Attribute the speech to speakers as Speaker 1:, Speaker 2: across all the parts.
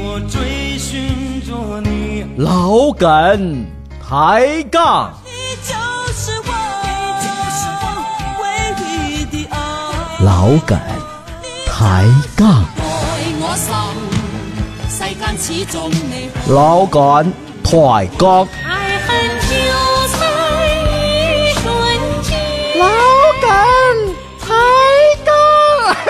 Speaker 1: 我追寻着你，
Speaker 2: 老梗抬杠，
Speaker 3: 你就是我，你就是我唯一的爱。
Speaker 2: 老梗抬杠，
Speaker 3: 愛我心，世間始終你。
Speaker 2: 老梗抬杠，
Speaker 3: 愛恨就在一瞬間。
Speaker 2: 老梗抬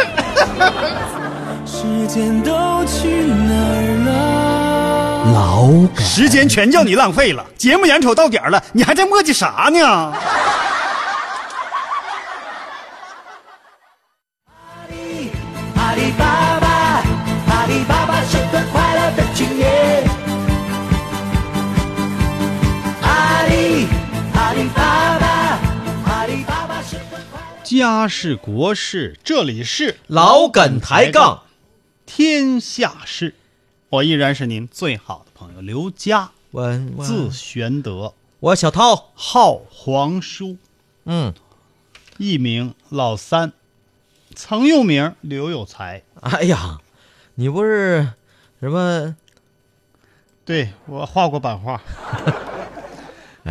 Speaker 2: 杠。
Speaker 1: 时间都去哪儿了？
Speaker 2: 老梗
Speaker 4: 时间全叫你浪费了，节目眼瞅到点儿了，你还在磨叽啥呢？
Speaker 5: 阿里巴巴，阿里巴巴是个快乐的青年。阿里，阿里巴巴，阿里巴巴是个快乐。
Speaker 4: 家事国事，这里是
Speaker 2: 老梗抬杠，
Speaker 4: 天下事，我依然是您最好的朋友刘佳，
Speaker 2: 我
Speaker 4: 字玄德，
Speaker 2: 我小涛，
Speaker 4: 号皇叔，
Speaker 2: 嗯，
Speaker 4: 艺名老三，曾用名刘有才。
Speaker 2: 哎呀，你不是什么
Speaker 4: 对我画过 版画。
Speaker 2: 哎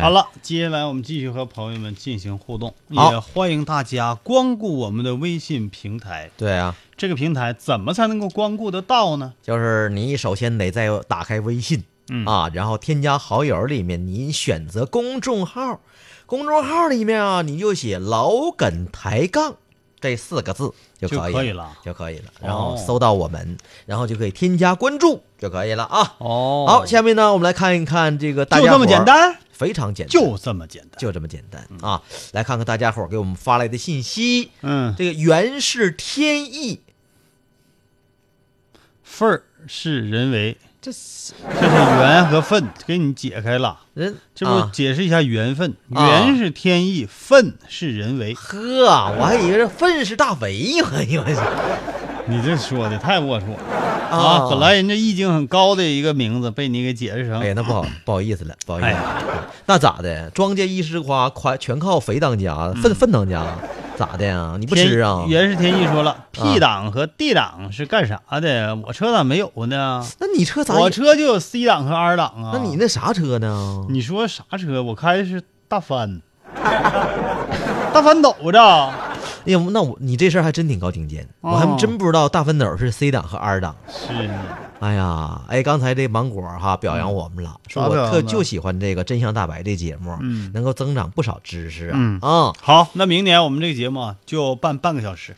Speaker 4: 好了，接下来我们继续和朋友们进行互动，
Speaker 2: 好
Speaker 4: 也欢迎大家光顾我们的微信平台。
Speaker 2: 对啊，
Speaker 4: 这个平台怎么才能够光顾得到呢？
Speaker 2: 就是你首先得再打开微信，
Speaker 4: 嗯
Speaker 2: 啊，然后添加好友里面，你选择公众号，公众号里面啊，你就写“老梗抬杠”这四个字就可以
Speaker 4: 就可以了
Speaker 2: 就可以了。然后搜到我们，然后就可以添加关注就可以了啊。
Speaker 4: 哦
Speaker 2: 好，下面呢，我们来看一看这个大
Speaker 4: 就
Speaker 2: 家
Speaker 4: 这么
Speaker 2: 伙儿
Speaker 4: 简，单，
Speaker 2: 非常简单，
Speaker 4: 就这么简单。
Speaker 2: 就这么简单啊！来看看大家伙儿给我们发来的信息。
Speaker 4: 嗯，
Speaker 2: 这个原是天意，
Speaker 4: 份儿是人为，这是缘和份，给你解开了。
Speaker 2: 人
Speaker 4: 这不
Speaker 2: 啊
Speaker 4: 解释一下缘分？
Speaker 2: 啊
Speaker 4: 缘是天意，份是人为。
Speaker 2: 呵，我还以为是愤世大为，哎我以为是
Speaker 4: 你这说的太龌龊了
Speaker 2: 啊
Speaker 4: 啊！本来人家易经很高的一个名字，被你给解释成
Speaker 2: 哎呀，那不好，不好意思了，不好意思了。
Speaker 4: 哎
Speaker 2: 那咋的？庄稼一枝花，快全靠肥当家，粪粪当家，咋的呀？你不
Speaker 4: 天
Speaker 2: 吃啊？
Speaker 4: 袁世天意说了，P 档和 D 档是干啥的？我车咋没有呢？
Speaker 2: 那你车咋？
Speaker 4: 我车就有 C 档和 R 档啊。
Speaker 2: 那你？那啥车呢？
Speaker 4: 你说啥车？我开的是大翻，大翻斗啊子。
Speaker 2: 哎呀，那我你这事儿还真挺高精尖，我还
Speaker 4: 哦
Speaker 2: 真不知道大分斗是 C 档和 R 档。
Speaker 4: 是，啊
Speaker 2: 哎呀，哎，刚才这芒果哈表扬我们了，说
Speaker 4: 啥
Speaker 2: 我
Speaker 4: 嗯表扬
Speaker 2: 特
Speaker 4: 呢
Speaker 2: 就喜欢这个《真相大白》这节目，
Speaker 4: 嗯
Speaker 2: 能够增长不少知识啊。
Speaker 4: 嗯
Speaker 2: 啊
Speaker 4: 好，那明年我们这个节目啊就办半个小时，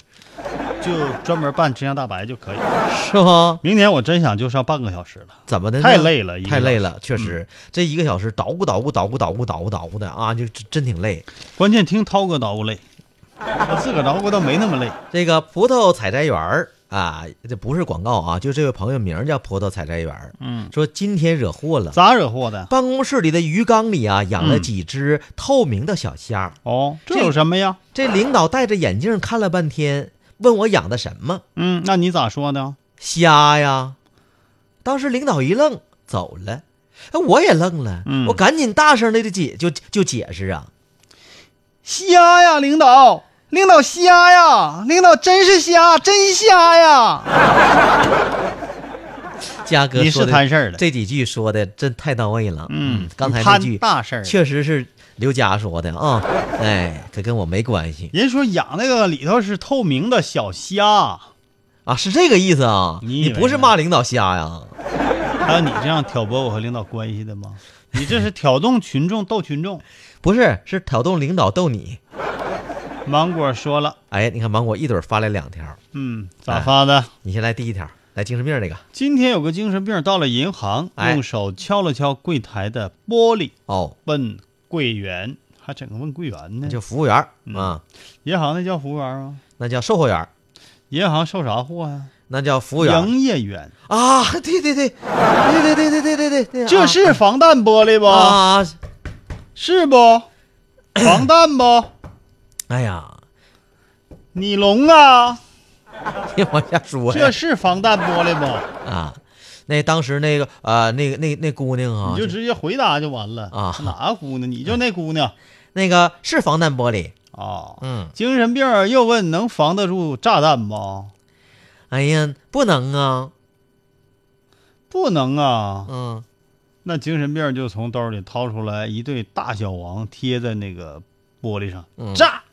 Speaker 4: 就专门办《真相大白》就可以了。
Speaker 2: 是吗？
Speaker 4: 明年我真想就上半个小时了。
Speaker 2: 怎么的呢？
Speaker 4: 太累了一个
Speaker 2: 太累
Speaker 4: 小嗯
Speaker 2: 了，确实，这一个小时捣鼓捣鼓捣鼓捣鼓捣鼓捣鼓的啊，就真真挺累。
Speaker 4: 关键听涛哥捣 鼓累，我自个儿捣鼓倒没那么累。
Speaker 2: 这个葡萄采摘园儿啊，这不是广告啊，就这位朋友名儿叫葡萄采摘园儿，
Speaker 4: 嗯，
Speaker 2: 说今天惹祸了，
Speaker 4: 咋惹祸的？
Speaker 2: 办公室里的鱼缸里啊养了
Speaker 4: 嗯
Speaker 2: 几只透明的小虾儿，
Speaker 4: 哦，这
Speaker 2: 这
Speaker 4: 有什么呀？
Speaker 2: 这领导戴着眼镜看了半天，问我养的什么
Speaker 4: 嗯，那你咋说呢？
Speaker 2: 虾呀？当时领导一愣，走了。哎，我也愣了，
Speaker 4: 嗯
Speaker 2: 我赶紧大声的解就就解释啊，
Speaker 4: 瞎呀，领导，领导瞎呀，领导真是瞎，真瞎呀！
Speaker 2: 嘉哥
Speaker 4: 你
Speaker 2: 说
Speaker 4: 是
Speaker 2: 的
Speaker 4: 摊事儿的，
Speaker 2: 这几句说的真太到位了。
Speaker 4: 嗯
Speaker 2: 刚才
Speaker 4: 你
Speaker 2: 那
Speaker 4: 摊
Speaker 2: 句
Speaker 4: 大事儿了
Speaker 2: 确实是刘佳说的啊。哎，可跟我没关系
Speaker 4: 人说养那个里头是透明的小虾，
Speaker 2: 啊，是这个意思啊？
Speaker 4: 你
Speaker 2: 你
Speaker 4: 以为
Speaker 2: 不是
Speaker 4: 呢
Speaker 2: 骂领导瞎呀？
Speaker 4: 还有你这样挑拨我和领导关系的 吗？你这是挑动群众斗群众。
Speaker 2: 不是，是挑动领导逗你。
Speaker 4: 芒果说了，
Speaker 2: 哎，你看芒果一嘴发来两条，
Speaker 4: 嗯，咋发的？
Speaker 2: 你先来第一条，来精神病那个
Speaker 4: 今天有个精神病到了银行，
Speaker 2: 哎
Speaker 4: 用手敲了敲柜台的玻璃，
Speaker 2: 哦，
Speaker 4: 问柜员，还整个问柜员呢
Speaker 2: 那？就服务员儿
Speaker 4: 嗯
Speaker 2: 啊，
Speaker 4: 银行那叫服务员吗？
Speaker 2: 那叫售货员儿，
Speaker 4: 银行售啥货呀、
Speaker 2: 那叫服务员儿
Speaker 4: 营业员，
Speaker 2: 啊。对对对，对对对对对对对对，
Speaker 4: 这
Speaker 2: 啊
Speaker 4: 是防弹玻璃不？
Speaker 2: 啊。
Speaker 4: 是不？防弹不？
Speaker 2: 哎呀，
Speaker 4: 你聋啊？
Speaker 2: 你往下说呀
Speaker 4: 这是防弹玻璃不？
Speaker 2: 啊。那当时那个呃，那个那那姑娘啊，
Speaker 4: 你就直接回答就完了
Speaker 2: 啊
Speaker 4: 哪个姑娘？你就那姑娘
Speaker 2: 那个是防弹玻璃。
Speaker 4: 啊？
Speaker 2: 嗯，
Speaker 4: 精神病儿又问能防得住炸弹不？
Speaker 2: 哎呀，不能啊，
Speaker 4: 不能啊，
Speaker 2: 嗯，
Speaker 4: 那精神病就从兜里掏出来一对大小王，贴在那个玻璃上，
Speaker 2: 嗯
Speaker 4: 炸！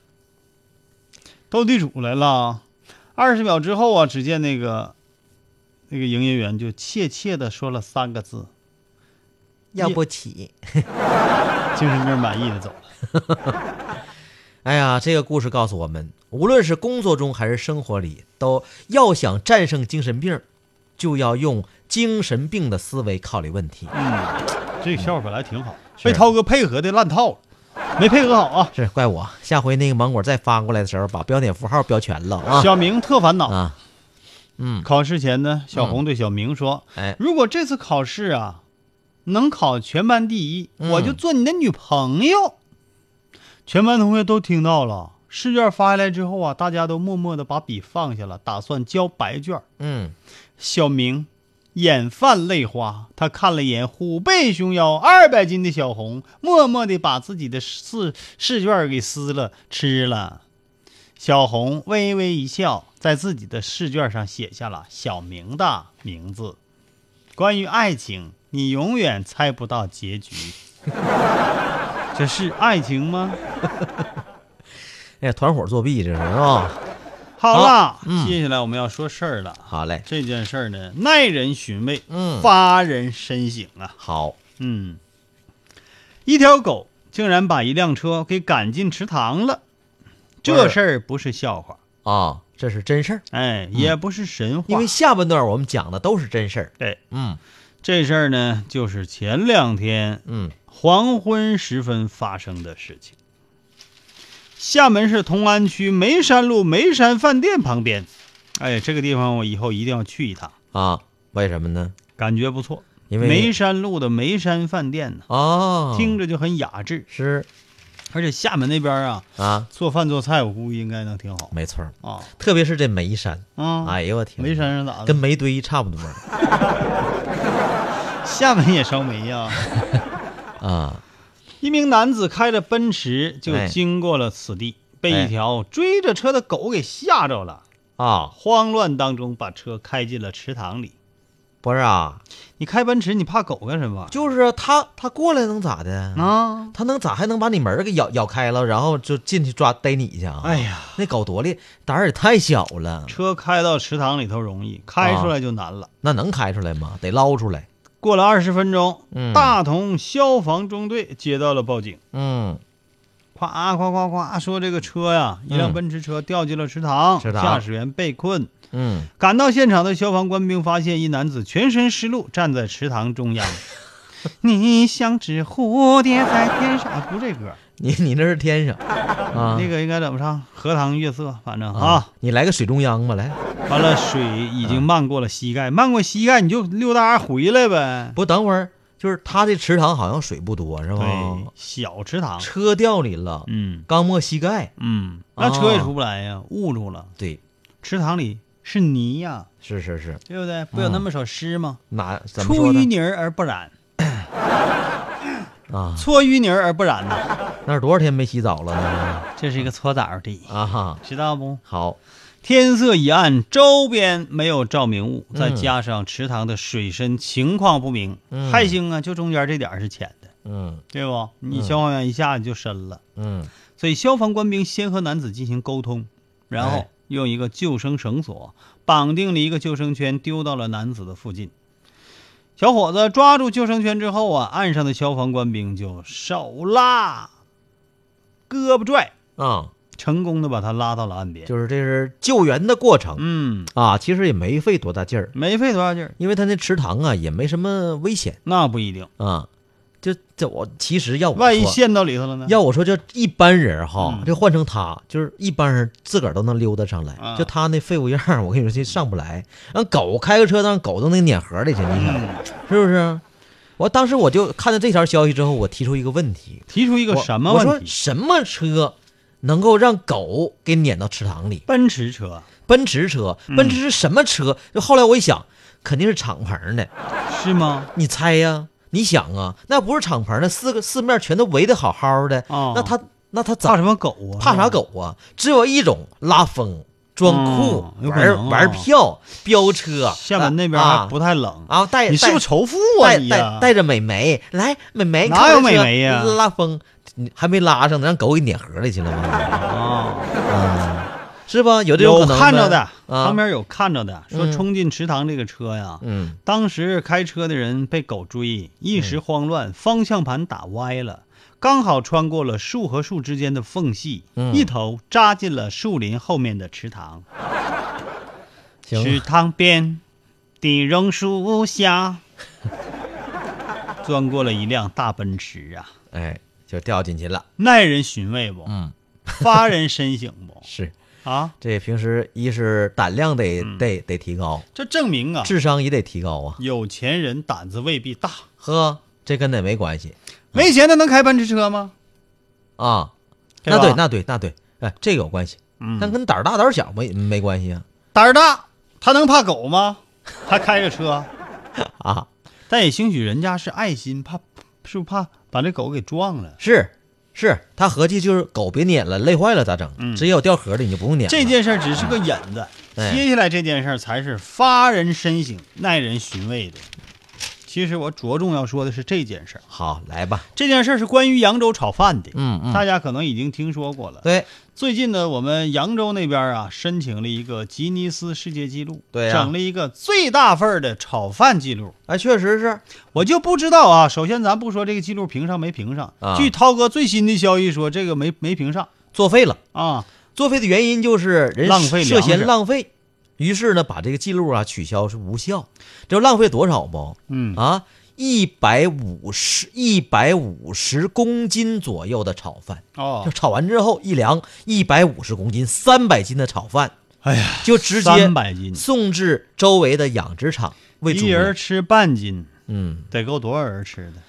Speaker 4: 斗地主来了。二十秒之后啊，只见那个那个营业员就怯怯的说了三个字
Speaker 2: 要不起。：“
Speaker 4: 精神病满意的走了。
Speaker 2: 哎呀，这个故事告诉我们，无论是工作中还是生活里，都要想战胜精神病，就要用精神病的思维考虑问题。”
Speaker 4: 这个笑话本来挺好，
Speaker 2: 嗯是
Speaker 4: 被涛哥配合的烂套了，没配合好啊。
Speaker 2: 是怪我，下回那个芒果再发过来的时候，把标点符号标全了啊
Speaker 4: 小明特烦恼。
Speaker 2: 啊！嗯，
Speaker 4: 考试前呢，小红对小明说：“
Speaker 2: 哎，
Speaker 4: 如果这次考试啊，能考全班第一，
Speaker 2: 嗯
Speaker 4: 我就做你的女朋友。全班同学都听到了，试卷发下来之后啊，大家都默默的把笔放下了，打算交白卷。
Speaker 2: 嗯，
Speaker 4: 小明眼泛泪花，他看了一眼虎背熊腰二百斤的小红，默默地把自己的试试卷给撕了吃了。小红微微一笑，在自己的试卷上写下了小明的名字。关于爱情，你永远猜不到结局。这是爱情吗？
Speaker 2: 哎呀，团伙作弊这是啊、
Speaker 4: 好了，
Speaker 2: 嗯
Speaker 4: 接下来我们要说事儿了。
Speaker 2: 好嘞，
Speaker 4: 这件事儿呢，耐人寻味，
Speaker 2: 嗯
Speaker 4: 发人深省啊。
Speaker 2: 好，
Speaker 4: 嗯，一条狗竟然把一辆车给赶进池塘了，
Speaker 2: 不
Speaker 4: 这
Speaker 2: 是
Speaker 4: 事儿不是笑话，
Speaker 2: 啊、这是真事儿，
Speaker 4: 哎，也不是神话，
Speaker 2: 因为下半段我们讲的都是真事儿。
Speaker 4: 对
Speaker 2: 嗯
Speaker 4: 这事儿呢，就是前两天
Speaker 2: 嗯，
Speaker 4: 黄昏时分发生的事情。厦门市同安区梅山路梅山饭店旁边，哎，这个地方我以后一定要去一趟，
Speaker 2: 啊，为什么呢？
Speaker 4: 感觉不错。
Speaker 2: 因为
Speaker 4: 梅山路的梅山饭店呢，
Speaker 2: 哦，
Speaker 4: 听着就很雅致，
Speaker 2: 是
Speaker 4: 嗯而且厦门那边啊，
Speaker 2: 啊，
Speaker 4: 做饭做菜我估计应该能挺好
Speaker 2: 没错儿，
Speaker 4: 啊。
Speaker 2: 特别是这眉山，
Speaker 4: 啊，
Speaker 2: 哎呦我天，
Speaker 4: 煤山上啊咋的？
Speaker 2: 跟煤堆差 不多
Speaker 4: 厦门也烧 煤呀、
Speaker 2: 啊，
Speaker 4: 一名男子开着奔驰就
Speaker 2: 哎
Speaker 4: 经过了此地，被
Speaker 2: 哎
Speaker 4: 一条追着车的狗给吓着了，
Speaker 2: 啊，
Speaker 4: 慌乱当中把车开进了池塘里。
Speaker 2: 不是啊，
Speaker 4: 你开奔驰，你怕狗干什么？
Speaker 2: 就是啊他他过来能咋的？
Speaker 4: 啊，
Speaker 2: 他能咋还能把你门儿给咬咬开了，然后就进去抓逮你去啊？
Speaker 4: 哎，呀，
Speaker 2: 那狗多厉，胆儿也太小了，
Speaker 4: 车开到池塘里头容易，开
Speaker 2: 啊
Speaker 4: 出来就难了。
Speaker 2: 那能开出来吗？得捞出来。
Speaker 4: 过了二十分钟，
Speaker 2: 嗯
Speaker 4: 大同消防中队接到了报警，
Speaker 2: 嗯，
Speaker 4: 夸夸夸夸说这个车呀，一辆
Speaker 2: 嗯
Speaker 4: 奔驰车掉进了池塘，
Speaker 2: 池塘
Speaker 4: 驾驶员被困，
Speaker 2: 嗯，
Speaker 4: 赶到现场的消防官兵发现一男子全身湿漉，站在池塘 中央。你像只蝴蝶在天上，啊、不这歌，
Speaker 2: 你你那是天 上啊？
Speaker 4: 那个应该怎么唱？荷塘月色，反正啊
Speaker 2: 啊，，你来个水中央吧，来，
Speaker 4: 完了水已经漫过了膝盖，漫过膝盖你就溜达回来呗。
Speaker 2: 不等会儿，就是他这池塘好像水不多是
Speaker 4: 对
Speaker 2: 吧，？
Speaker 4: 小池塘，
Speaker 2: 哦车掉里了，
Speaker 4: 嗯
Speaker 2: 刚没膝盖。
Speaker 4: 嗯，
Speaker 2: 啊
Speaker 4: 那车也出不来呀，误住了。
Speaker 2: 对，
Speaker 4: 池塘里是泥呀，
Speaker 2: 是是是，
Speaker 4: 对不对？不有那么首诗吗？
Speaker 2: 哪嗯怎么
Speaker 4: 出
Speaker 2: 说
Speaker 4: 淤
Speaker 2: 呢？
Speaker 4: 泥而不染，
Speaker 2: 啊，
Speaker 4: 搓淤泥而不染呐，
Speaker 2: 那是多少天没洗澡了 呢？
Speaker 4: 这是一个搓澡的，
Speaker 2: 啊哈，
Speaker 4: 知道不？
Speaker 2: 好，
Speaker 4: 天色已暗，周边没有照明物，
Speaker 2: 嗯
Speaker 4: 再加上池塘的水深情况不明，
Speaker 2: 嗯
Speaker 4: 还行啊，就中间这点儿是浅的，
Speaker 2: 嗯
Speaker 4: 对不？你消防员一下子就深了，
Speaker 2: 嗯
Speaker 4: 所以消防官兵先和男子进行沟通，然后
Speaker 2: 哎
Speaker 4: 用一个救生绳索绑定了一个救生圈，丢到了男子的附近。小伙子抓住救生圈之后啊，岸上的消防官兵就手拉、胳膊拽，
Speaker 2: 啊，
Speaker 4: 成功的把他拉到了岸边。
Speaker 2: 就是这是救援的过程。
Speaker 4: 嗯，
Speaker 2: 啊，其实也没费多大劲儿，
Speaker 4: 没费多少劲儿，
Speaker 2: 因为他那池塘啊也没什么危险
Speaker 4: 那不一定。
Speaker 2: 啊。就这我其实要我
Speaker 4: 万一
Speaker 2: 说
Speaker 4: 陷到里头了呢？
Speaker 2: 要哦我说，就一般人哈，
Speaker 4: 嗯
Speaker 2: 就换成他，就是一般人自个儿都能溜达上来，
Speaker 4: 啊
Speaker 2: 就他那废物样儿，我跟你说，这上不来。让狗开个车，让狗都能撵河里去，你想、
Speaker 4: 嗯
Speaker 2: 是不是？我当时我就看到这条消息之后，我提出一个问题：
Speaker 4: 提出一个
Speaker 2: 我
Speaker 4: 什么
Speaker 2: 我说
Speaker 4: 问题？
Speaker 2: 什么车能够让狗给撵到池塘里？
Speaker 4: 奔驰车啊
Speaker 2: 奔驰车，
Speaker 4: 嗯
Speaker 2: 奔驰是什么车？就后来我一想，肯定是敞篷的。
Speaker 4: 是吗？
Speaker 2: 你猜呀、你想啊，那不是敞篷的，四个四面全都围得好好的，
Speaker 4: 哦
Speaker 2: 那他那他咋
Speaker 4: 怕什么狗啊？
Speaker 2: 怕啥？狗啊？只有一种拉风，装酷
Speaker 4: 哦，有可能
Speaker 2: 玩
Speaker 4: 啊
Speaker 2: 玩票、飙车。
Speaker 4: 厦门那边
Speaker 2: 啊
Speaker 4: 还不太冷
Speaker 2: 啊，带
Speaker 4: 你是不
Speaker 2: 带
Speaker 4: 是仇富啊
Speaker 2: 带
Speaker 4: 你
Speaker 2: 带
Speaker 4: 呀？
Speaker 2: 带着美眉来，美眉
Speaker 4: 哪
Speaker 2: 看
Speaker 4: 有
Speaker 2: 着
Speaker 4: 美
Speaker 2: 车
Speaker 4: 眉呀
Speaker 2: 拉风，你还没拉上呢，让狗给撵河里去了吗？
Speaker 4: 啊，
Speaker 2: 是吧？有这种
Speaker 4: 有
Speaker 2: 可能呗
Speaker 4: 看着的，
Speaker 2: 啊
Speaker 4: 旁，边有看着的，说
Speaker 2: 嗯
Speaker 4: 冲进池塘这个车呀，
Speaker 2: 嗯
Speaker 4: 当时开车的人被狗追，一时慌乱，方向盘打歪了，刚好穿过了树和树之间的缝隙，
Speaker 2: 嗯
Speaker 4: 一头扎进了树林后面的池塘。池
Speaker 2: 行，
Speaker 4: 塘边的榕树 下，钻过了一辆大奔驰啊！
Speaker 2: 哎，就掉进去了。
Speaker 4: 耐人寻 味不？
Speaker 2: 嗯，
Speaker 4: 发人深省不？
Speaker 2: 是
Speaker 4: 啊，
Speaker 2: 这平时一是胆量得得得提高，
Speaker 4: 这证明嗯啊，
Speaker 2: 智商也得提高啊。
Speaker 4: 有钱人胆子未必大。
Speaker 2: 呵，这跟那没关系
Speaker 4: 没钱的能开奔驰车吗？
Speaker 2: 啊。
Speaker 4: 对
Speaker 2: 那对，
Speaker 4: 吧
Speaker 2: 那对，那对，哎，这个有关系，
Speaker 4: 嗯
Speaker 2: 但跟胆儿大胆儿小没没关系啊。
Speaker 4: 胆儿大，他能怕狗吗？他开着车，
Speaker 2: 啊，
Speaker 4: 但也兴许人家是爱心，怕是不是怕把这狗给撞了？
Speaker 2: 是是，他合计就是狗别撵了，累坏了咋整？直接有掉河里你就不用撵了。
Speaker 4: 嗯这件事儿只是个引子，
Speaker 2: 哎
Speaker 4: 接下来这件事儿才是发人深省、耐人寻味的。其实我着重要说的是这件事儿，
Speaker 2: 好来吧，
Speaker 4: 这件事儿是关于扬州炒饭的，
Speaker 2: 嗯嗯
Speaker 4: 大家可能已经听说过了。
Speaker 2: 对，
Speaker 4: 最近呢，我们扬州那边啊，申请了一个吉尼斯世界纪录，
Speaker 2: 对呀
Speaker 4: 整了一个最大份儿的炒饭记录。
Speaker 2: 哎，确实是，
Speaker 4: 我就不知道啊，首先咱不说这个记录评上没评上，
Speaker 2: 啊
Speaker 4: 据涛哥最新的消息说，这个没没评上
Speaker 2: 作废了。
Speaker 4: 啊。
Speaker 2: 作废的原因就是人
Speaker 4: 浪费
Speaker 2: 涉
Speaker 4: 粮
Speaker 2: 嫌
Speaker 4: 食
Speaker 2: 浪费，于是呢把这个记录啊取消是无效。这浪费多少不？
Speaker 4: 嗯
Speaker 2: 啊，一百五十一百五十公斤左右的炒饭，
Speaker 4: 哦
Speaker 2: 就，炒完之后一量一百五十公斤，三百斤的炒饭
Speaker 4: 哎呀，
Speaker 2: 就直接
Speaker 4: 300斤
Speaker 2: 送至周围的养殖场为猪
Speaker 4: 一人
Speaker 2: 喂。
Speaker 4: 吃半斤，
Speaker 2: 嗯，
Speaker 4: 得够多少人吃的？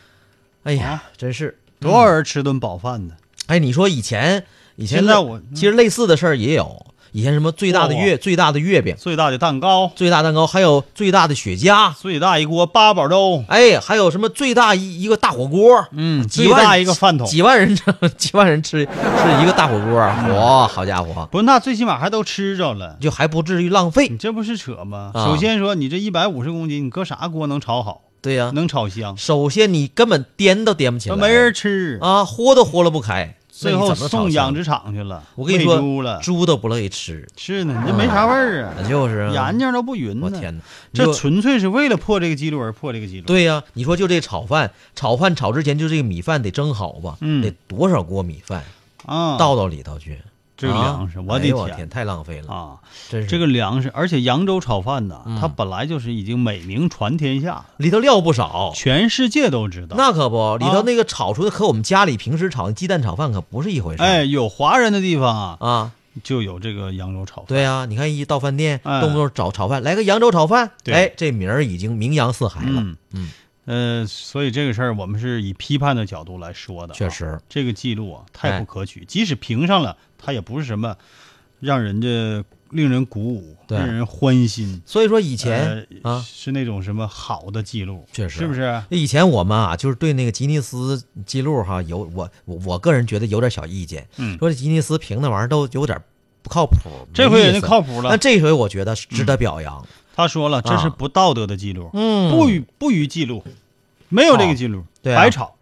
Speaker 2: 哎
Speaker 4: 啊
Speaker 2: 呀，真是
Speaker 4: 多少人吃顿饱饭呢？
Speaker 2: 哎，你说以前以前
Speaker 4: 现在
Speaker 2: 类
Speaker 4: 我
Speaker 2: 其实类似的事儿也有，以前什么最大的月、最大的月饼、
Speaker 4: 最大的蛋糕，
Speaker 2: 最大蛋糕，还有最大的雪茄，
Speaker 4: 最大一锅八宝粥，
Speaker 2: 哎，还有什么最大一一个大火锅，
Speaker 4: 嗯
Speaker 2: 几
Speaker 4: 最
Speaker 2: 万
Speaker 4: 大一个饭桶
Speaker 2: 几万人吃， 几万人吃吃一个大火锅，哇，好家伙，
Speaker 4: 不是那最起码还都吃着了，
Speaker 2: 就还不至于浪费
Speaker 4: 你。这不是扯吗？
Speaker 2: 啊
Speaker 4: 首先说你这一百五十公斤，你搁啥锅能炒好，
Speaker 2: 对呀、
Speaker 4: 能炒香？
Speaker 2: 首先你根本颠都颠不起来，
Speaker 4: 都没人吃，
Speaker 2: 啊，豁都豁了不开，
Speaker 4: 最
Speaker 2: 那你
Speaker 4: 后
Speaker 2: 怎么炒
Speaker 4: 送
Speaker 2: 香
Speaker 4: 养殖。场去了，
Speaker 2: 我跟你
Speaker 4: 喂猪
Speaker 2: 说，
Speaker 4: 了，
Speaker 2: 猪都不乐意吃，
Speaker 4: 是呢，你这没啥味儿啊，
Speaker 2: 就是啊
Speaker 4: 眼睛都不匀
Speaker 2: 我
Speaker 4: 呢。
Speaker 2: 天哪，你
Speaker 4: 这
Speaker 2: 说
Speaker 4: 纯粹是为了破这个记录而破这个记录。
Speaker 2: 对呀、你说就这炒饭，炒饭炒之前就这个米饭得蒸好吧？
Speaker 4: 嗯
Speaker 2: 得多少锅米饭
Speaker 4: 啊，
Speaker 2: 倒到里头去？
Speaker 4: 这个
Speaker 2: 啊
Speaker 4: 粮食我
Speaker 2: 哎
Speaker 4: 的
Speaker 2: 呦我
Speaker 4: 天
Speaker 2: 天，太浪费了，
Speaker 4: 啊，
Speaker 2: 真是
Speaker 4: 这个粮食，而且扬州炒饭呢，
Speaker 2: 嗯
Speaker 4: 它本来就是已经美名传天下，
Speaker 2: 里头料不少，
Speaker 4: 全世界都知
Speaker 2: 哦
Speaker 4: 道。
Speaker 2: 那可不，里
Speaker 4: 啊
Speaker 2: 头那个炒出的和我们家里平时炒的鸡蛋炒饭可不是一回事儿。
Speaker 4: 哎，有华人的地方啊，
Speaker 2: 啊，
Speaker 4: 就有这个扬州炒饭。
Speaker 2: 对呀、你看一到饭店，
Speaker 4: 哎
Speaker 2: 动不动找炒饭，来个扬州炒饭，
Speaker 4: 对
Speaker 2: 哎，这名儿已经名扬四海了。
Speaker 4: 嗯嗯，呃，所以这个事儿我们是以批判的角度来说的啊、
Speaker 2: 确实
Speaker 4: 这个记录啊太
Speaker 2: 哎
Speaker 4: 不可取，即使评上了，它也不是什么让人家令人鼓舞、
Speaker 2: 对
Speaker 4: 令人欢心。
Speaker 2: 所以说以前、
Speaker 4: 呃、
Speaker 2: 啊，
Speaker 4: 是那种什么好的记录，
Speaker 2: 确实
Speaker 4: 是不是？
Speaker 2: 以前我们啊，就是对那个吉尼斯记录哈，有我我我个人觉得有点小意见，
Speaker 4: 嗯
Speaker 2: 说这吉尼斯评那玩意儿都有点不靠谱。
Speaker 4: 这回
Speaker 2: 没意
Speaker 4: 人
Speaker 2: 思
Speaker 4: 家靠谱
Speaker 2: 那
Speaker 4: 了，嗯
Speaker 2: 这回我觉得是值得表扬。
Speaker 4: 他说了，这是不道德的记录，
Speaker 2: 嗯
Speaker 4: 不予不予记录，没有这个记录，
Speaker 2: 对啊
Speaker 4: 白炒。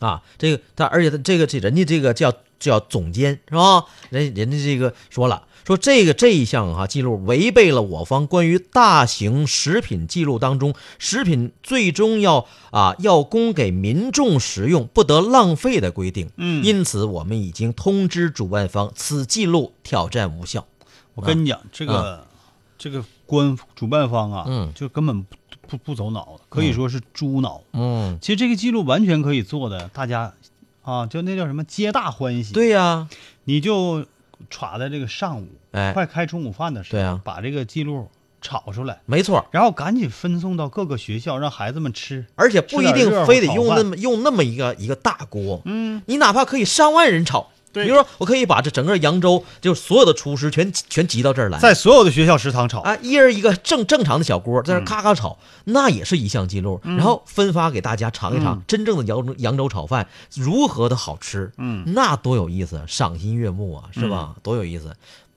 Speaker 2: 啊，这个他，而且他这个这人家这个叫叫总监是吧？人人家这个说了，说这个这一项啊哈、记录违背了我方关于大型食品记录当中食品最终要啊要供给民众食用，不得浪费的规定。
Speaker 4: 嗯
Speaker 2: 因此我们已经通知主办方，此记录挑战无效。
Speaker 4: 我跟你讲，这个这个官主办方啊，
Speaker 2: 嗯
Speaker 4: 就根本不不不走脑子，可以说是猪脑。
Speaker 2: 嗯，
Speaker 4: 其实这个记录完全可以做的，大家啊，就那叫什么，皆大欢喜。，
Speaker 2: 对呀、
Speaker 4: 你就歘在这个上午，
Speaker 2: 哎
Speaker 4: 快开中午饭的时候，
Speaker 2: 对啊
Speaker 4: 把这个记录炒出来，
Speaker 2: 没错儿。
Speaker 4: 然后赶紧分送到各个学校，让孩子们吃。
Speaker 2: 而且不一
Speaker 4: 吃点
Speaker 2: 定
Speaker 4: 热乎
Speaker 2: 非得
Speaker 4: 炒
Speaker 2: 用
Speaker 4: 饭
Speaker 2: 那么用那么一个一个大锅，
Speaker 4: 嗯，
Speaker 2: 你哪怕可以上万人炒，
Speaker 4: 对
Speaker 2: 比如说我可以把这整个扬州就所有的厨师全全集到这儿来，
Speaker 4: 在所有的学校食堂炒，
Speaker 2: 啊，一人一个正正常的小锅，
Speaker 4: 嗯
Speaker 2: 在那咔咔炒，那也是一项记录，然后分发给大家尝一尝、
Speaker 4: 嗯
Speaker 2: 真正的扬州扬州炒饭如何的好吃，
Speaker 4: 嗯，
Speaker 2: 那多有意思，赏心悦目啊，是吧？多有意思，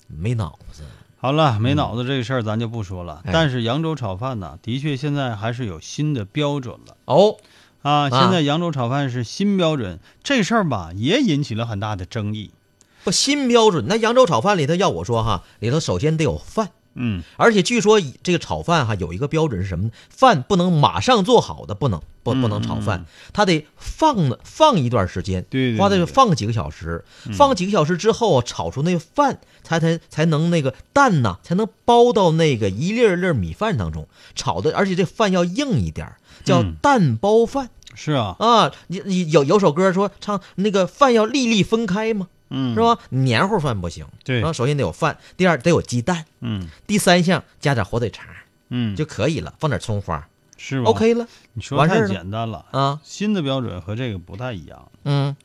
Speaker 2: 没脑子，
Speaker 4: 好了，没脑子这个事儿咱就不说了。
Speaker 2: 哎
Speaker 4: 但是扬州炒饭呢，的确现在还是有新的标准了
Speaker 2: 哦，
Speaker 4: 啊！
Speaker 2: 啊
Speaker 4: 现在扬州炒饭是新标准，这事儿吧也引起了很大的争议。
Speaker 2: 不新标准。那扬州炒饭里头，要我说哈，里头首先得有饭，
Speaker 4: 嗯，
Speaker 2: 而且据说以这个炒饭哈有一个标准是什么呢？饭不能马上做好的，不能不
Speaker 4: 嗯
Speaker 2: 不能炒饭，它得放呢放一段时间，
Speaker 4: 对对嗯对
Speaker 2: 花
Speaker 4: 对
Speaker 2: 得放几个小时，放几个小时之后炒出那个饭，才才才能那个蛋呐、才能包到那个一粒儿粒儿米饭当中炒的，而且这饭要硬一点儿，叫
Speaker 4: 嗯
Speaker 2: 蛋包饭。
Speaker 4: 是啊，
Speaker 2: 啊，你你有有首歌说唱那个饭要粒粒分开嘛，
Speaker 4: 嗯，
Speaker 2: 是？吧？啊黏糊饭不行，
Speaker 4: 对
Speaker 2: 然后首先得有饭，第二得有鸡蛋，
Speaker 4: 嗯
Speaker 2: 第三项加点火腿肠儿
Speaker 4: 嗯，
Speaker 2: 就可以了，放点葱花
Speaker 4: 是吧
Speaker 2: ，OK 了
Speaker 4: 你说
Speaker 2: 完事
Speaker 4: 太
Speaker 2: 儿了
Speaker 4: 简单了。
Speaker 2: 啊，
Speaker 4: 新的标准和这个不太一样。
Speaker 2: 嗯，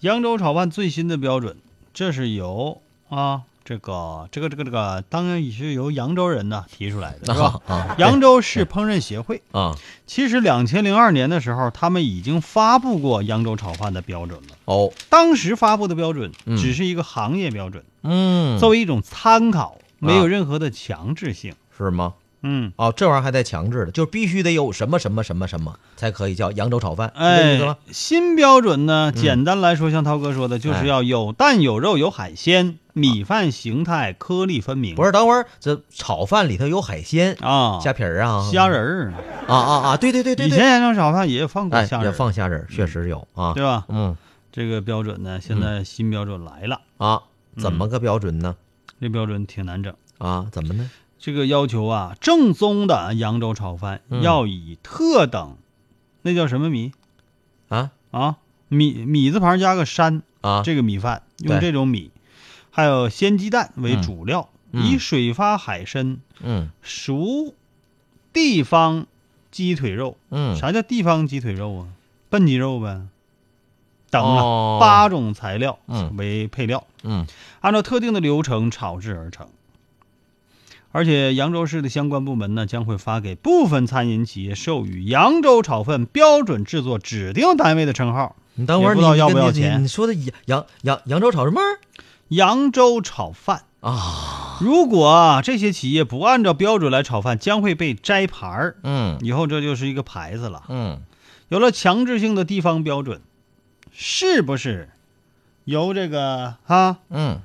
Speaker 4: 扬州炒饭最新的标准，这是由啊这个这个这个这个，当然也是由扬州人呢提出来的，是吧
Speaker 2: 啊？啊
Speaker 4: 扬州市烹饪协会。
Speaker 2: 啊
Speaker 4: 其实两千零二年的时候，他们已经发布过扬州炒饭的标准了。
Speaker 2: 哦，
Speaker 4: 当时发布的标准
Speaker 2: 嗯
Speaker 4: 只是一个行业标准，
Speaker 2: 嗯，啊
Speaker 4: 作为一种参考，没有任何的强制性。
Speaker 2: 是吗？
Speaker 4: 嗯，
Speaker 2: 哦，这玩意儿还带强制的，就必须得有什么什么什么什么才可以叫扬州炒饭，是这意思嗯
Speaker 4: 哎
Speaker 2: 吗？，
Speaker 4: 新标准呢，简单来说，像涛哥说的，
Speaker 2: 哎
Speaker 4: 就是要有蛋有肉有海鲜，米饭形态颗粒分明。
Speaker 2: 不是，等会儿这炒饭里头有海鲜，
Speaker 4: 哎啊，
Speaker 2: 虾皮儿啊，
Speaker 4: 虾仁儿，
Speaker 2: 啊啊啊，对对对对
Speaker 4: 以
Speaker 2: 对，
Speaker 4: 前扬州炒饭也放过
Speaker 2: 哎
Speaker 4: 虾
Speaker 2: 也
Speaker 4: 仁儿，
Speaker 2: 放虾仁儿，确实有啊，
Speaker 4: 对吧？
Speaker 2: 嗯
Speaker 4: 这个标准呢，现在新标准来了，
Speaker 2: 啊，怎
Speaker 4: 嗯
Speaker 2: 么个标准呢？
Speaker 4: 这标准挺难整。
Speaker 2: 啊，怎么呢？
Speaker 4: 这个要求啊，正宗的扬州炒饭
Speaker 2: 嗯
Speaker 4: 要以特等，那叫什么米
Speaker 2: 啊
Speaker 4: 啊？米米字旁加个山，
Speaker 2: 啊，
Speaker 4: 这个米饭用
Speaker 2: 对
Speaker 4: 这种米，还有鲜鸡蛋为主料，
Speaker 2: 嗯
Speaker 4: 以水发海参、
Speaker 2: 嗯
Speaker 4: 熟地方鸡腿肉。
Speaker 2: 嗯，
Speaker 4: 啥叫地方鸡腿肉啊？笨鸡肉呗。等啊，
Speaker 2: 哦
Speaker 4: 八种材料
Speaker 2: 嗯
Speaker 4: 为配料，
Speaker 2: 嗯
Speaker 4: 按照特定的流程炒制而成。而且扬州市的相关部门呢，将会发给部分餐饮企业授予扬州炒饭标准制作指定单位的称号
Speaker 2: 你等会儿
Speaker 4: 也
Speaker 2: 你
Speaker 4: 不知道要
Speaker 2: 跟
Speaker 4: 不要
Speaker 2: 你
Speaker 4: 钱
Speaker 2: 你你说的扬扬扬扬州炒什么玩意儿
Speaker 4: ——扬州炒饭。
Speaker 2: 啊？
Speaker 4: 如果啊这些企业不按照标准来炒饭，将会被摘牌儿。
Speaker 2: 嗯
Speaker 4: 以后这就是一个牌子了。
Speaker 2: 嗯
Speaker 4: 有了强制性的地方标准，是不是由这个啊哈
Speaker 2: 嗯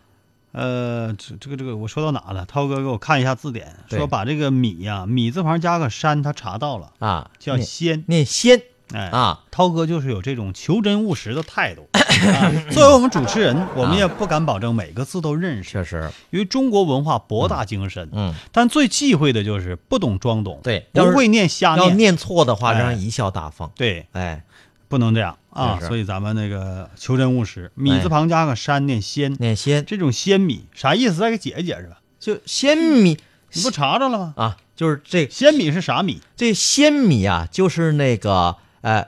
Speaker 4: 呃，这这个这个，我说到哪了？涛哥给我看一下字典，
Speaker 2: 对
Speaker 4: 说把这个米呀、米字旁加个山，他查到了，
Speaker 2: 啊，
Speaker 4: 叫
Speaker 2: 念
Speaker 4: 鲜。
Speaker 2: 念仙
Speaker 4: 哎，
Speaker 2: 啊，
Speaker 4: 涛哥就是有这种求真务实的态度。 啊作为我们主持人，我
Speaker 2: 啊
Speaker 4: 们也不敢保证每个字都认识，
Speaker 2: 确实，
Speaker 4: 因为中国文化博大精深。
Speaker 2: 嗯，
Speaker 4: 但最忌讳的就是不懂装懂，
Speaker 2: 对要
Speaker 4: 不
Speaker 2: 是
Speaker 4: 会念瞎
Speaker 2: 要
Speaker 4: 念，
Speaker 2: 念错的话，
Speaker 4: 哎
Speaker 2: 让人贻笑大方。
Speaker 4: 对，
Speaker 2: 哎，
Speaker 4: 不能这样啊。
Speaker 2: 是是
Speaker 4: 所以咱们那个求真务实，米
Speaker 2: 哎
Speaker 4: 字旁加个山，念鲜。
Speaker 2: 念仙
Speaker 4: 这种鲜米啥意思？再给解释解释吧。
Speaker 2: 就鲜米
Speaker 4: 你不查着了吗？
Speaker 2: 啊，就是这
Speaker 4: 鲜米是啥米？
Speaker 2: 这鲜米啊，就是那个呃，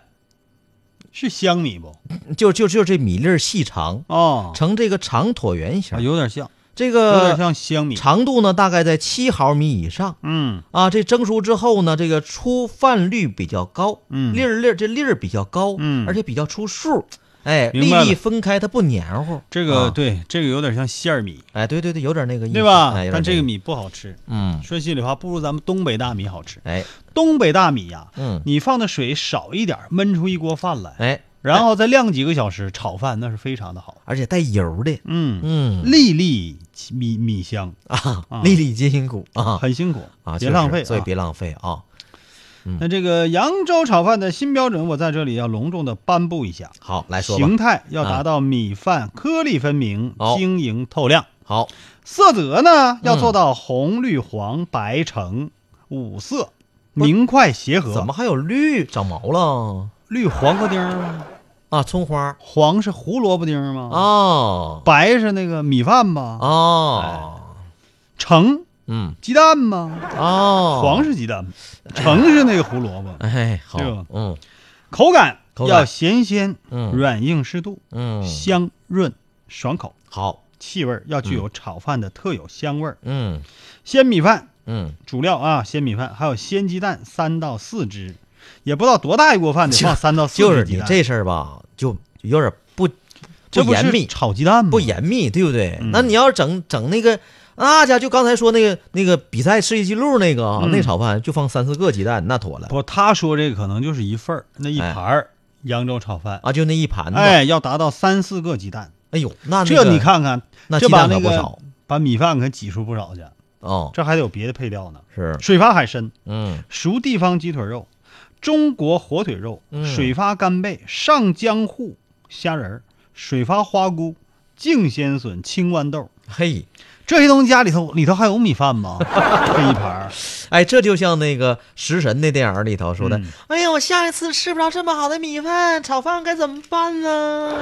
Speaker 4: 是香米不？
Speaker 2: 就就就这米粒儿细长，
Speaker 4: 哦，
Speaker 2: 呈这个长椭圆
Speaker 4: 啊
Speaker 2: 形，
Speaker 4: 有点像，
Speaker 2: 这
Speaker 4: 有点
Speaker 2: 个
Speaker 4: 像香米。
Speaker 2: 长度呢大概在七毫米以上。
Speaker 4: 嗯
Speaker 2: 啊，这蒸熟之后呢，这个出饭率比较高，
Speaker 4: 嗯
Speaker 2: 粒儿粒儿这粒儿比较高，
Speaker 4: 嗯
Speaker 2: 而且比较出数，哎，
Speaker 4: 明
Speaker 2: 粒
Speaker 4: 白了
Speaker 2: 粒分开，它不黏糊。
Speaker 4: 这个、
Speaker 2: 啊，
Speaker 4: 对，这个有点像馅儿米，
Speaker 2: 哎，对对对，有点那个意思，
Speaker 4: 对吧？
Speaker 2: 哎，有点
Speaker 4: 但这
Speaker 2: 那
Speaker 4: 个
Speaker 2: 个，
Speaker 4: 米不好吃。
Speaker 2: 嗯，
Speaker 4: 说心里话，不如咱们东北大米好吃。
Speaker 2: 哎，
Speaker 4: 东北大米呀、
Speaker 2: 嗯
Speaker 4: 你放的水少一点，焖出一锅饭来，
Speaker 2: 哎，
Speaker 4: 然后再晾几个小时，炒饭那是非常的好。
Speaker 2: 而且带油的，
Speaker 4: 嗯，
Speaker 2: 嗯
Speaker 4: 粒粒米米香，
Speaker 2: 啊
Speaker 4: 啊，
Speaker 2: 粒粒皆辛苦啊
Speaker 4: 很辛苦
Speaker 2: 啊，
Speaker 4: 别
Speaker 2: 确实
Speaker 4: 浪费、啊。
Speaker 2: 所以别浪费啊。
Speaker 4: 那这个扬州炒饭的新标准，我在这里要隆重的颁布一下。
Speaker 2: 好，来说吧
Speaker 4: 形，态要
Speaker 2: 啊
Speaker 4: 达到米饭颗粒分明、
Speaker 2: 哦嗯
Speaker 4: 晶莹透亮。
Speaker 2: 好，
Speaker 4: 色泽呢要做到红、绿、黄、白、橙五色，明快协和。
Speaker 2: 怎么还有绿长毛了
Speaker 4: 绿黄瓜丁儿吗？
Speaker 2: 啊？葱花
Speaker 4: 黄是胡萝卜丁儿吗？，
Speaker 2: 哦
Speaker 4: 白是那个米饭吗？
Speaker 2: 啊
Speaker 4: 哎
Speaker 2: 哦，
Speaker 4: 橙
Speaker 2: 嗯
Speaker 4: 鸡蛋吗？
Speaker 2: 哦，
Speaker 4: 黄是鸡蛋，橙是那个胡萝卜。
Speaker 2: 哎好
Speaker 4: 对吧，
Speaker 2: 嗯
Speaker 4: 口感
Speaker 2: 口感
Speaker 4: 要咸鲜、
Speaker 2: 嗯
Speaker 4: 软硬适度、
Speaker 2: 嗯，
Speaker 4: 香润爽口，
Speaker 2: 好，
Speaker 4: 气味儿要具有炒饭的特有香味儿。
Speaker 2: 嗯
Speaker 4: 鲜米饭
Speaker 2: 嗯，
Speaker 4: 主料啊，鲜米饭，还有鲜鸡蛋三到四只，也不知道多大一锅饭得放三到 四
Speaker 2: 就是
Speaker 4: 只鸡
Speaker 2: 你
Speaker 4: 蛋。
Speaker 2: 这事儿吧，就有点不
Speaker 4: 这
Speaker 2: 不
Speaker 4: 不是
Speaker 2: 严密，
Speaker 4: 炒鸡蛋吗？
Speaker 2: 不严密，对不对？
Speaker 4: 嗯
Speaker 2: 那你要整整那个那家就刚才说那个那个比赛世界纪录那个啊，那炒饭就放三四个鸡蛋，那妥了
Speaker 4: 嗯不，他说这可能就是一份儿，那一
Speaker 2: 哎
Speaker 4: 盘儿扬州炒饭，
Speaker 2: 啊，就那一盘子。
Speaker 4: 哎，要达到三四个鸡蛋，
Speaker 2: 哎呦，那那
Speaker 4: 这
Speaker 2: 个
Speaker 4: 你看看，
Speaker 2: 那
Speaker 4: 这
Speaker 2: 鸡
Speaker 4: 把
Speaker 2: 蛋
Speaker 4: 那
Speaker 2: 可不
Speaker 4: 个
Speaker 2: 少
Speaker 4: 把米饭可挤出不少去，
Speaker 2: 哦，
Speaker 4: 这还得有别的配料呢。
Speaker 2: 是，
Speaker 4: 水发海参、
Speaker 2: 嗯，
Speaker 4: 熟地方鸡腿肉、中国火腿肉、
Speaker 2: 嗯
Speaker 4: 水发干贝、上江户虾仁儿、水发花菇、净鲜笋、青豌豆，
Speaker 2: 嘿，
Speaker 4: 这些东西家里头里头还有米饭 吗？这一盘儿，
Speaker 2: 哎，这就像那个《食神》那电影里头说的，
Speaker 4: 嗯
Speaker 2: 哎呀，我下一次吃不着这么好的米饭炒饭该怎么办 呢？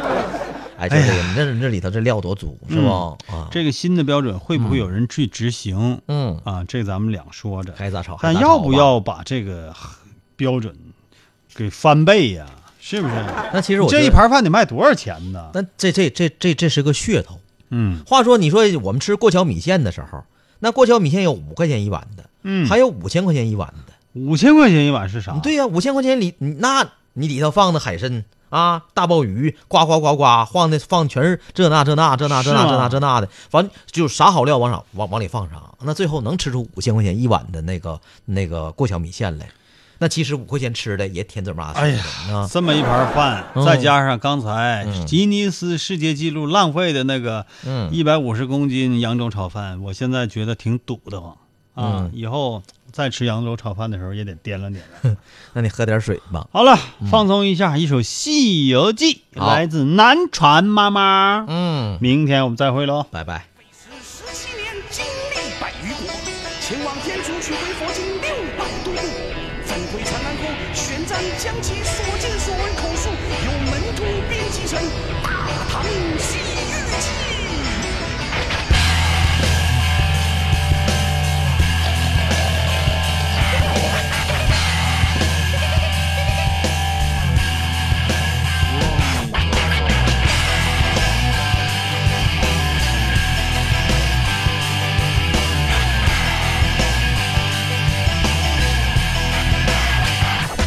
Speaker 2: 哎，就这个，你这你这里头这料多足是吧？啊，
Speaker 4: 嗯这个新的标准会不会有人去执行、
Speaker 2: 嗯，
Speaker 4: 啊？这咱们两说着，
Speaker 2: 该咋炒还
Speaker 4: 但
Speaker 2: 咋
Speaker 4: 要
Speaker 2: 炒
Speaker 4: 不
Speaker 2: 吧？
Speaker 4: 要把这个标准给翻倍呀、是不是？
Speaker 2: 那其实我
Speaker 4: 这
Speaker 2: 觉
Speaker 4: 一
Speaker 2: 得，
Speaker 4: 盘饭得卖多少钱呢？
Speaker 2: 那这这这这这是个噱头。
Speaker 4: 嗯
Speaker 2: 话说，你说我们吃过桥米线的时候，那过桥米线有五块钱一碗的，
Speaker 4: 嗯，
Speaker 2: 还有五千块钱一碗的。
Speaker 4: 五千块钱一碗是啥？
Speaker 2: 对呀、五千块钱里，你那你里头放的海参啊、大鲍鱼，呱呱呱呱，放的放全是这那这那这那这那
Speaker 4: 是吗
Speaker 2: 这那这那的，反正就啥好料往上往往里放啥，那最后能吃出五千块钱一碗的那个那个过桥米线来。那其实五块钱吃的也甜嘴麻
Speaker 4: 哎呀
Speaker 2: 啊，
Speaker 4: 这么一盘饭，
Speaker 2: 嗯
Speaker 4: 再加上刚才
Speaker 2: 嗯
Speaker 4: 吉尼斯世界纪录浪费的那个
Speaker 2: 嗯，
Speaker 4: 一百五十公斤扬州炒饭，我现在觉得挺堵得慌啊
Speaker 2: 嗯！
Speaker 4: 以后再吃扬州炒饭的时候也得掂量掂量。
Speaker 2: 那你喝点水吧。
Speaker 4: 好了，放松一下，一首《西游记》
Speaker 2: 嗯好
Speaker 4: 来自南传妈妈。
Speaker 2: 嗯，
Speaker 4: 明天我们再会喽。
Speaker 2: 拜拜。
Speaker 6: 十七年经历百余国，前往天竺取回佛经六百多部，返回长安后，玄奘将其所见所闻口述，由门徒编辑成《大唐西域记》。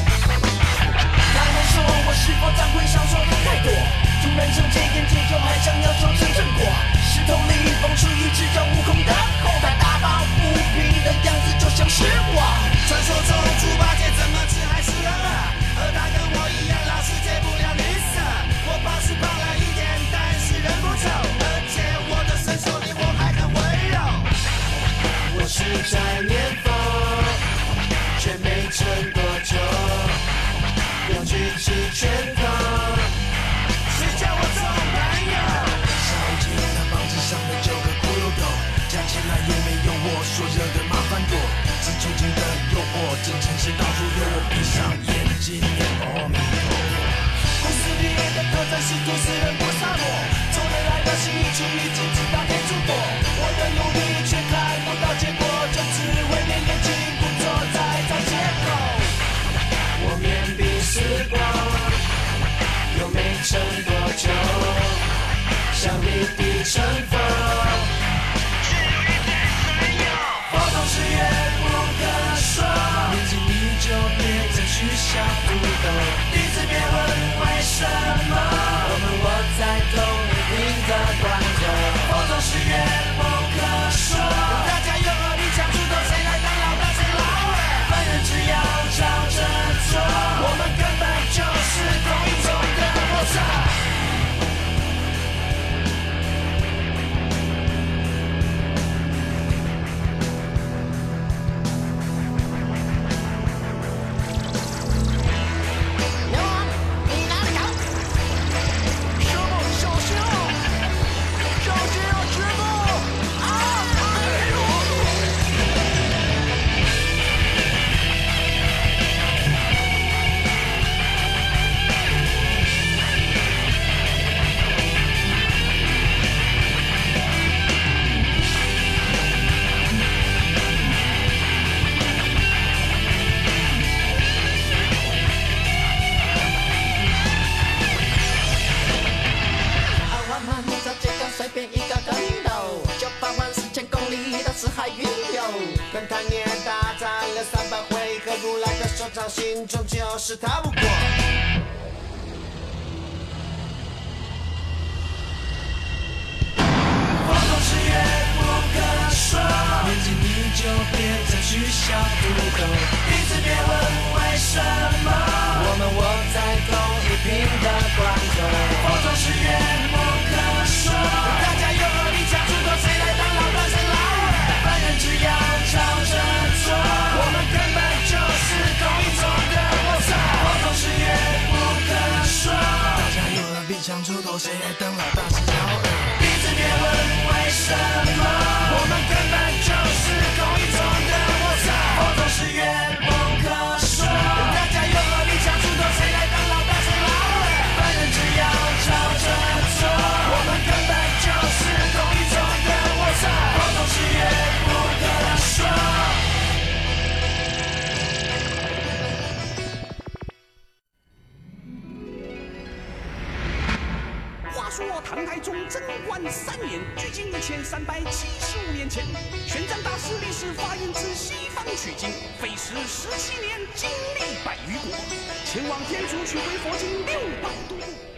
Speaker 7: 他们说我是否掌柜少说的太多？突然生戒烟戒酒，还想要修成正果。石头里蹦出一只叫悟空的后代，打抱不平的样子就像是我。传说中猪八戒怎么吃还是饿了，而他跟我一样老是戒不了女色。我胖是胖了一点，但是人不丑，而且我的身手灵活还很温柔。我是在练风，却没撑多久。要举起拳头，谁叫我做朋友？烧尽了帽子上的九个骷髅头，加起来也没有我所惹的麻烦多。是囚禁的诱惑，这城市到处有我，闭上眼睛念阿弥陀佛。故事里面的特战是都市人不沙漠，从未来的是一群一直直到天竺国。我的努力却看不到结果，就只为面对进步做再找借口。我面壁思过，又没撑多久，想立地成佛。佛道誓言不可说，念经你就别再取笑不懂，弟子别问为什么，我们活在同一个关头。佛道誓言不可说，大家有何理想出头，谁来当老大谁老二？凡人只要照着做，我们根本就是同一种的魔者。
Speaker 6: 牛王，你拿着羊。师傅，小心哦！小心哦，师傅！啊！哎呦！
Speaker 7: 二万汉墓在浙江随便一个跟斗，九百万四千公里的四海云游。跟他也大战了三百回合，如来的手掌心中就是逃不过。我总是也不可说，
Speaker 1: 说，
Speaker 6: 年纪你就别再取笑不懂。
Speaker 1: 彼此别问为什么，
Speaker 6: 我们活在同一频的关口，
Speaker 1: 否则誓言不可说。
Speaker 6: 大家有何立场？最后谁来当老大谁来？
Speaker 1: 凡人只要朝着做，
Speaker 6: 我们根本就是同一种的魔障。
Speaker 1: 否则誓言不可说。
Speaker 6: 大家有何立场？出头谁来当老大谁老二？
Speaker 1: 彼此别问为什么，
Speaker 6: 我们根本就是同一种的魔障。
Speaker 1: 否则誓言不可说。
Speaker 6: 大家有何立场？出头谁来当老大谁老二？
Speaker 1: 凡人只要朝着做，
Speaker 6: 我们根本就是同一种的魔障。
Speaker 1: 否则誓言不可说。
Speaker 6: 话说唐太宗贞观三年，距今一千三百七十五年前，玄奘大师历史发源自西方取经，费时十七年，经历百余国，前往天竺取回佛经六百多部。